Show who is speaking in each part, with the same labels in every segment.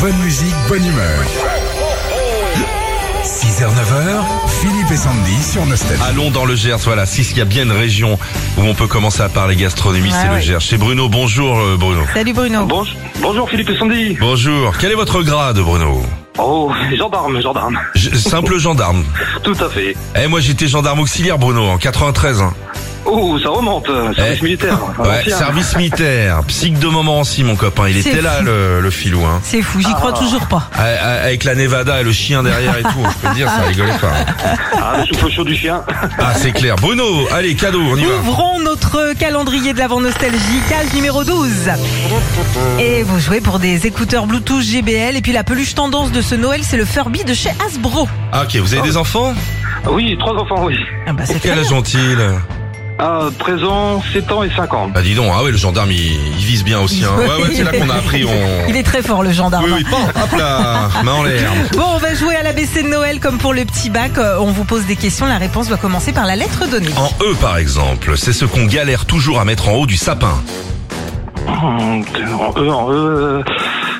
Speaker 1: Bonne musique, bonne humeur. 6h, 9h, Philippe et Sandy sur Nostalgie.
Speaker 2: Allons dans le Gers, voilà, si il y a bien une région où on peut commencer à parler gastronomie,
Speaker 3: Ah
Speaker 2: c'est le
Speaker 3: ouais.
Speaker 2: Gers. Chez Bruno, bonjour euh, Bruno.
Speaker 3: Salut Bruno.
Speaker 4: Bonjour, bonjour Philippe et Sandy.
Speaker 2: Bonjour, quel est votre grade Bruno
Speaker 4: Oh, gendarme, gendarme.
Speaker 2: J- Simple gendarme.
Speaker 4: Tout à fait.
Speaker 2: Eh moi j'étais gendarme auxiliaire Bruno en 93. hein.
Speaker 4: Oh, ça remonte, euh, service
Speaker 2: Eh.
Speaker 4: militaire. à
Speaker 2: Ouais,
Speaker 4: l'ancien.
Speaker 2: service militaire, psych de Montmorency mon copain, il
Speaker 3: C'est
Speaker 2: était là
Speaker 3: fou.
Speaker 2: le, le filou hein.
Speaker 3: C'est fou, j'y crois toujours pas.
Speaker 2: A- a- Avec la Nevada et le chien derrière et tout, je peux te dire, ça rigolait pas. hein.
Speaker 4: Ah, le souffle chaud du chien.
Speaker 2: Ah c'est clair. Bruno, allez, cadeau, on y va.
Speaker 3: Ouvrons notre calendrier de l'avant nostalgie, case numéro 12. Et vous jouez pour des écouteurs Bluetooth GBL. Et puis la peluche tendance de ce Noël, c'est le Furby de chez Hasbro.
Speaker 2: Ah, ok, vous avez des enfants
Speaker 4: Oui, trois enfants, oui.
Speaker 3: Ah bah c'est
Speaker 2: Quel
Speaker 3: très
Speaker 2: âge ont-ils
Speaker 4: Ah, 13 ans, 7 ans et 5 ans.
Speaker 2: Bah dis donc, ah ouais, le gendarme il, il vise bien aussi. Hein. Ouais, ouais, c'est là qu'on a appris. On...
Speaker 3: Il est très fort le gendarme.
Speaker 2: Oui, oui, pan, hop là, main en l'air.
Speaker 3: Bon, on va jouer à l'ABC de Noël comme pour le petit bac. Euh, On vous pose des questions, la réponse doit commencer par la lettre donnée.
Speaker 2: En E par exemple, c'est ce qu'on galère toujours à mettre en haut du sapin.
Speaker 4: En eux, en eux, euh,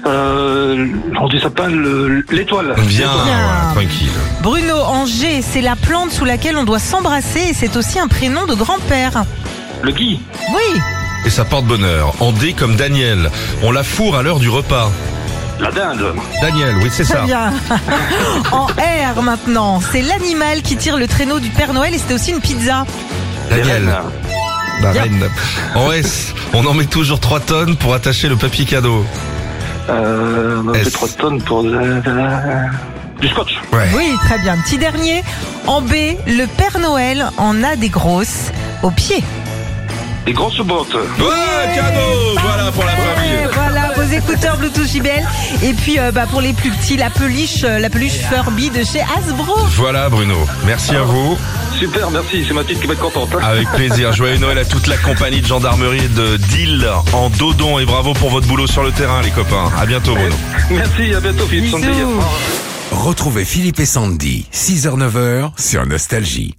Speaker 4: euh, on dit ça pas le- l'étoile.
Speaker 2: Bien, voilà, tranquille.
Speaker 3: Bruno Angers, c'est la plante sous laquelle on doit s'embrasser et c'est aussi un prénom de grand-père.
Speaker 4: Le Guy.
Speaker 3: Oui,
Speaker 2: Et ça porte bonheur. En D comme Daniel, on la fourre à l'heure du repas.
Speaker 4: La dinde.
Speaker 2: Daniel, oui c'est ça.
Speaker 3: Très bien. en R maintenant, c'est l'animal qui tire le traîneau du Père Noël et c'était aussi une pizza.
Speaker 4: Les
Speaker 2: Daniel,
Speaker 4: reines.
Speaker 2: la reine. En S, on en met toujours 3 tonnes pour attacher le papier cadeau.
Speaker 4: Euh, on
Speaker 2: S.
Speaker 4: fait 3 tonnes pour euh, euh, du scotch.
Speaker 2: Ouais.
Speaker 3: Oui, très bien. Petit dernier. En B, le Père Noël en a des grosses aux pieds.
Speaker 4: Des grosses bottes.
Speaker 2: Ouais, cadeau, voilà pour la
Speaker 3: Ouais,
Speaker 2: famille.
Speaker 3: voilà vos écouteurs Bluetooth JBL. Et puis euh, bah, pour les plus petits, la peluche, euh, la peluche Furby de chez Hasbro.
Speaker 2: Voilà Bruno, merci à vous.
Speaker 4: Super, merci, c'est ma petite qui va être contente.
Speaker 2: Avec plaisir. Joyeux Noël à toute la compagnie de gendarmerie de Deal en Dodon et bravo pour votre boulot sur le terrain les copains. À bientôt Bruno.
Speaker 4: Merci, à bientôt Philippe Sandy.
Speaker 3: Bisous.
Speaker 1: Retrouvez Philippe et Sandy, 6h, 9h sur Nostalgie.